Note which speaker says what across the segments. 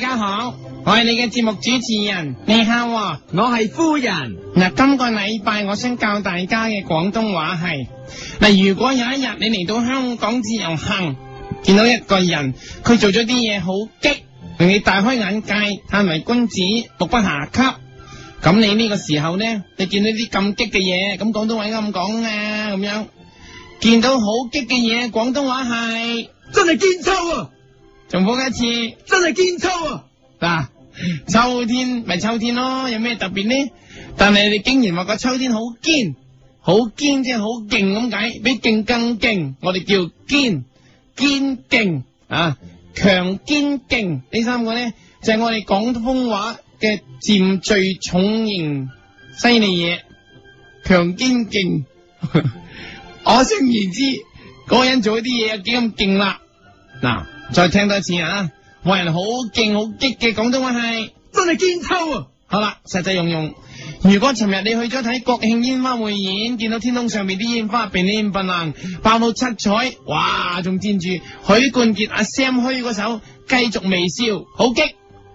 Speaker 1: 家好，我係你嘅節目主持人，你好啊、
Speaker 2: 我係夫人，
Speaker 1: 嗱，今個禮拜我想教大家嘅廣東話係，嗱，如果有一日你嚟到香港自由行，見到一個人，佢做咗啲嘢好激，令你大開眼界，嘆為觀止，目不暇給。咁你呢個時候呢，你見到啲咁激嘅嘢，咁廣東話應該咁講啊，咁樣見到好激嘅嘢，廣東話係，
Speaker 2: 真係堅秋啊！
Speaker 1: 重複一次。
Speaker 2: 真係堅秋啊！
Speaker 1: 嗱，秋天咪秋天咯，有咩特別呢？但係你竟然話個秋天好堅，好堅即係好勁咁解，比勁更勁，我哋叫堅堅勁啊，強堅勁呢三個呢，就係、我哋廣東話嘅漸最重型犀利嘢，強堅勁。 可想而知，嗰、個人做啲嘢有幾咁勁啦。嗱，再聽多一次啊！冇人好勁好激嘅廣東話係，
Speaker 2: 真係堅秋啊！
Speaker 1: 好啦，實際用用。如果尋日你去咗睇國慶煙花匯演，見到天空上面啲煙花變煙笨爛，爆到七彩，哇！仲佔住許冠傑阿 Sam 虛嗰首繼續微笑，好激。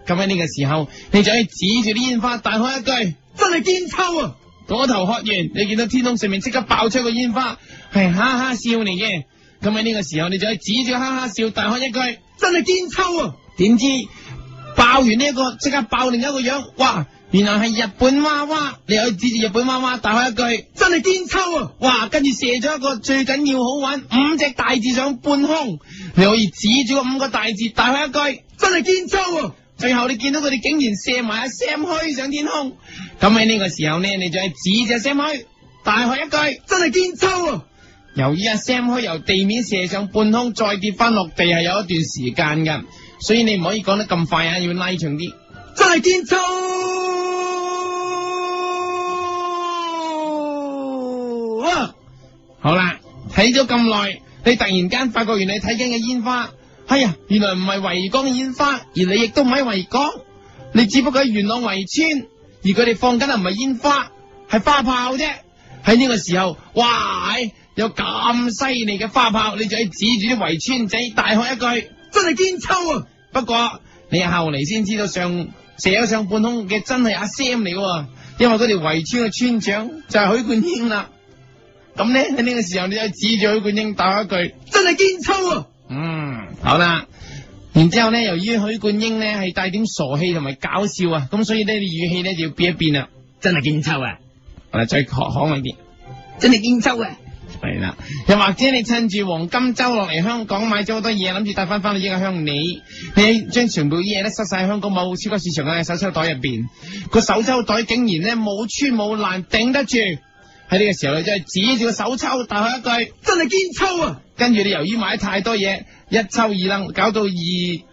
Speaker 1: 咁喺呢個時候，你就可以指住啲煙花大開一句。
Speaker 2: 真係堅秋啊！
Speaker 1: 嗰頭喝完，你見到天空上面即刻爆出個煙花，係哈哈笑嚟嘅。咁喺呢個時候，你就可以指住哈哈笑大喝一句。
Speaker 2: 真係堅秋啊！
Speaker 1: 點知爆完呢、一個，即刻爆另一個樣，哇！原來係日本娃娃，你可以指住日本娃娃大開一句，
Speaker 2: 真係堅秋啊！
Speaker 1: 哇！跟住射咗一個最緊要好玩五隻大字上半空，你可以指住個五個大字大開一句，
Speaker 2: 真係堅秋啊！
Speaker 1: 最後你見到佢哋竟然射埋阿 Sam 虛上天空，咁喺呢個時候呢，你就係指隻 Sam 虛大喝一句。
Speaker 2: 真係堅秋啊！
Speaker 1: 由於阿 Sam 可以由地面射上半空，再跌翻落地係有一段時間噶，所以你唔可以講得咁快啊，要拉長啲。
Speaker 2: 真係堅秋。啊！
Speaker 1: 好啦，睇咗咁耐，你突然間發覺原來你睇緊嘅煙花，哎呀，原來唔係維港煙花，而你亦都唔喺維港，你只不過喺元朗圍村，而佢哋放緊嘅唔係煙花，係花炮啫。喺呢個時候，哇！哎有咁犀利嘅花炮，你就要指住啲圍村仔大喝一句。
Speaker 2: 真係堅秋啊！
Speaker 1: 不過你後嚟先知道上射咗上半空嘅真係阿 Sam 嚟嘅喎，因為佢哋圍村嘅村長就係許冠英啦。咁咧喺呢個時候，你就指住許冠英打一句，
Speaker 2: 真係堅秋啊！
Speaker 1: 嗯，好啦。然之後咧，由於許冠英咧係帶點傻氣同埋搞笑啊，咁所以咧你語氣咧就要變一變啦。
Speaker 2: 真係堅秋啊！
Speaker 1: 我哋再可可愛啲。
Speaker 2: 真係堅秋啊！
Speaker 1: 係啦，又或者你趁住黃金周落嚟香港買咗好多嘢，諗住帶翻翻去依家鄉里，你將全部啲嘢咧塞晒香港某超級市場嘅手抽袋入邊，個手抽袋竟然咧冇穿冇爛，頂得住。喺呢個時候，你就係指住個手抽大喝一句，
Speaker 2: 真係堅秋啊！
Speaker 1: 跟住你由於買太多嘢，一抽二楞，搞到二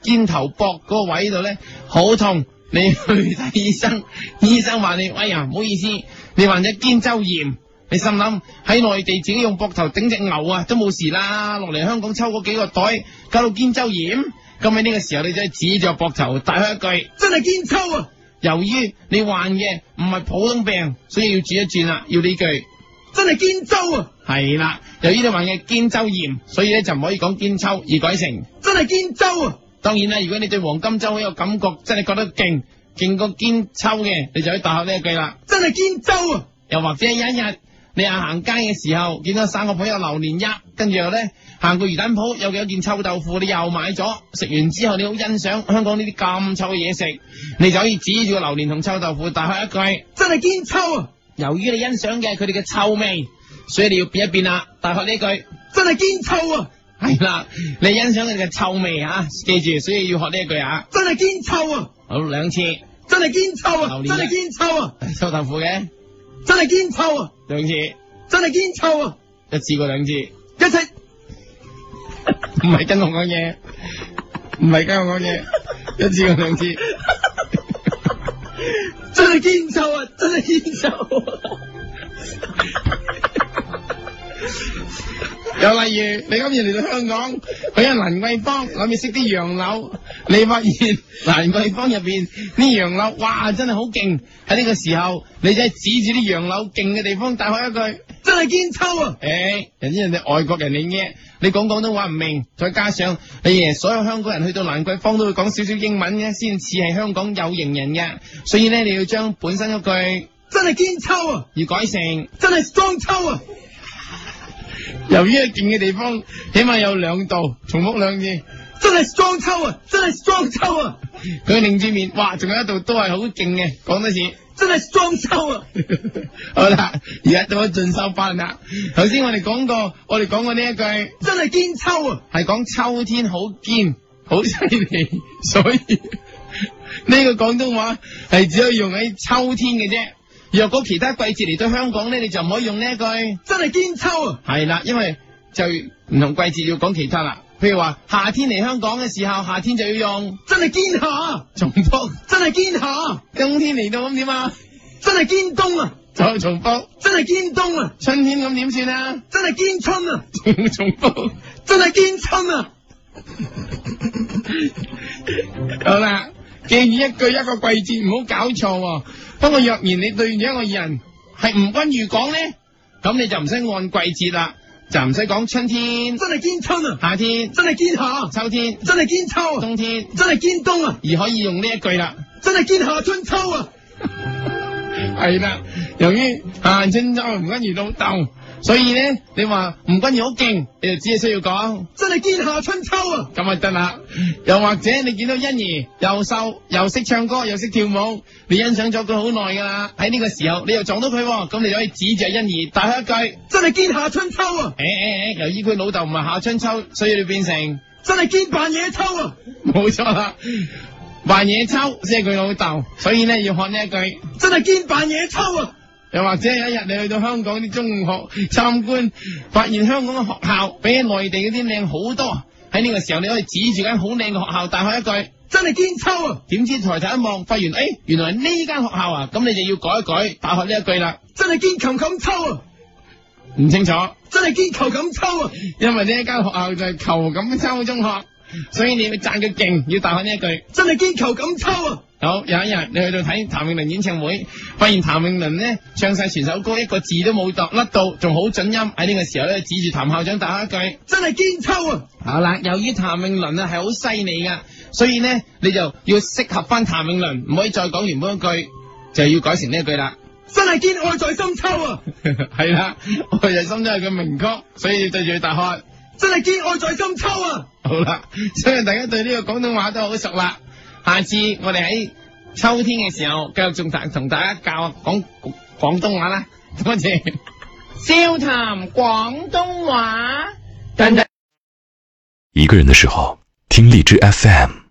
Speaker 1: 肩頭膊嗰個位度咧好痛，你去睇醫生， 醫生話你，哎呀，唔好意思，你患咗肩周炎。你心諗喺內地自己用膊頭頂隻牛啊，都冇事啦。落嚟香港抽嗰幾個袋，搞到肩周炎。咁喺呢個時候，你就係指住膊頭大喝一句。
Speaker 2: 真係堅秋啊！
Speaker 1: 由於你患嘅唔係普通病，所以要轉一轉啦，要呢句。
Speaker 2: 真係堅秋啊！
Speaker 1: 係啦，由於你患嘅肩周炎，所以咧就唔可以講肩抽，而改成。
Speaker 2: 真係堅秋啊！
Speaker 1: 當然啦，如果你對黃金周好有感覺，真係覺得勁勁過肩抽嘅，你就可以大喝呢一句啦。
Speaker 2: 真係堅秋啊！
Speaker 1: 又或者有一日你行行街嘅時候，見到生果鋪有榴蓮一，跟住又咧行過魚蛋鋪有有件臭豆腐，你又買咗，食完之後你好欣賞香港呢啲咁臭嘅嘢食，你就可以指住個榴蓮同臭豆腐大喝一句。
Speaker 2: 真係堅秋啊！
Speaker 1: 由於你欣賞嘅係佢哋嘅臭味，所以你要變一變啦，大喝呢句。
Speaker 2: 真係堅秋啊！
Speaker 1: 係啦，你欣賞佢哋嘅臭味啊，記住，所以要學呢一句啊。
Speaker 2: 真係堅秋啊！
Speaker 1: 好兩次
Speaker 2: 真係堅秋啊！
Speaker 1: 榴
Speaker 2: 真
Speaker 1: 槤
Speaker 2: 係堅秋啊！
Speaker 1: 臭豆腐嘅，
Speaker 2: 真係堅秋啊！
Speaker 1: 兩次
Speaker 2: 真係堅秋啊！
Speaker 1: 一次過兩次，
Speaker 2: 一齊
Speaker 1: 唔係跟我講嘢，唔係跟我講嘢，一次過兩次。
Speaker 2: 真係堅秋啊！真係堅秋啊！
Speaker 1: 又例如，你今次嚟到香港，去咗蘭桂坊，諗住識啲洋樓，你發現蘭桂坊入邊啲洋樓，哇，真係好勁！喺呢個時候，你就係指住啲洋樓勁嘅地方大喝一句，
Speaker 2: 真係堅秋啊！
Speaker 1: 诶、人知人哋外國人你叻，你講廣東話唔明，再加上你誒所有香港人去到蘭桂坊都會講少少英文嘅，先似係香港有型人嘅。所以咧，你要將本身嗰句
Speaker 2: 真係堅秋啊！
Speaker 1: 要改成，
Speaker 2: 真係 strong 秋啊！
Speaker 1: 由於佢勁嘅地方起碼有兩度，重複兩次。
Speaker 2: 真係 strong 秋啊！真係 strong 秋啊！
Speaker 1: 佢擰住面，哇，仲有一度都係好勁嘅，講多次。
Speaker 2: 真係 strong 秋啊！
Speaker 1: 好啦，而家到咗進修班啦。頭先我哋講過，我哋講過呢一句。
Speaker 2: 真係堅秋啊！
Speaker 1: 系讲秋天好坚，好犀利， 所以呢个广东话系只可以用喺秋天嘅啫。若果其他季節嚟到香港咧，你就唔可以用呢一句。
Speaker 2: 真係堅秋啊！
Speaker 1: 係啦，因為就唔同季節要講其他啦。譬如話夏天嚟香港嘅時候，夏天就要用
Speaker 2: 真係堅夏啊！
Speaker 1: 重複；
Speaker 2: 真係堅夏啊！
Speaker 1: 冬天嚟到咁點啊？
Speaker 2: 真係堅冬啊！
Speaker 1: 就重複；
Speaker 2: 真係堅冬啊！
Speaker 1: 春天咁點算啊？
Speaker 2: 真係堅春啊！
Speaker 1: 仲重複。
Speaker 2: 真係堅春啊！
Speaker 1: 好啦，記住一句一個季節，唔好搞錯、喎。不過若然你對住一個人係吳君如講咧，咁你就唔使按季節啦，就唔使講春天
Speaker 2: 真、係堅春啊！
Speaker 1: 夏天、
Speaker 2: 真係堅夏啊！
Speaker 1: 秋天、
Speaker 2: 真係堅秋啊！
Speaker 1: 冬天，
Speaker 2: 真係堅冬啊！
Speaker 1: 而可以用呢一句啦。
Speaker 2: 真係堅夏春秋啊！
Speaker 1: 係啦，由於啊春秋吳君如老豆，所以咧你話吳君如好勁，你就只係需要講。
Speaker 2: 真係堅夏春秋啊！
Speaker 1: 咁啊得啦。又或者你見到欣宜又瘦又識唱歌又識跳舞，你欣賞咗佢好耐㗎啦。喺呢個時候你又撞到佢喎，咁你就可以指住阿欣宜大喝一句：，誒
Speaker 2: 真係堅夏春秋啊！
Speaker 1: 誒誒！由於佢老豆唔係夏春秋，所以你變成
Speaker 2: 真係堅扮野秋啊！
Speaker 1: 冇錯啦。扮野秋即係佢老豆，所以咧要喝呢一句。
Speaker 2: 真係堅扮野秋啊！
Speaker 1: 又或者有一日你去到香港啲中學參觀，發現香港嘅學校比起內地嗰啲靚好多。喺呢個時候，你可以指住間好靚嘅學校大喝一句。
Speaker 2: 真係堅秋啊！
Speaker 1: 點知抬頭一望，發現誒、哎原來係呢間學校啊，咁你就要改一改大學呢一句啦。
Speaker 2: 真係堅琴琴秋啊！
Speaker 1: 唔清楚，
Speaker 2: 真係堅球咁秋啊！
Speaker 1: 因為呢一間學校就係求咁秋中學，所以你要讚佢勁，要大學呢一句。
Speaker 2: 真係堅球咁秋啊！
Speaker 1: 好，有一日你去到睇譚詠麟演唱會，發現譚詠麟呢唱晒全首歌一個字都冇度甩到，仲好準音。喺呢個時候咧，指住譚校長打一句。
Speaker 2: 真係堅秋啊！
Speaker 1: 好啦，由於譚詠麟啊係好犀利噶，所以呢，你就要適合翻譚詠麟，唔可以再講原本嗰句，就要改成呢一句啦。
Speaker 2: 真係堅愛在深秋啊！
Speaker 1: 系啦，我日心都系個名曲，所以要對住佢大喝。
Speaker 2: 真係堅愛在深秋啊！
Speaker 1: 好啦，相信大家對呢個廣東話都好熟啦。下次我哋喺秋天嘅時候，繼續仲大同大家教講廣東話啦。多謝，笑談廣東話。
Speaker 3: 一个人的时候，听荔枝 FM。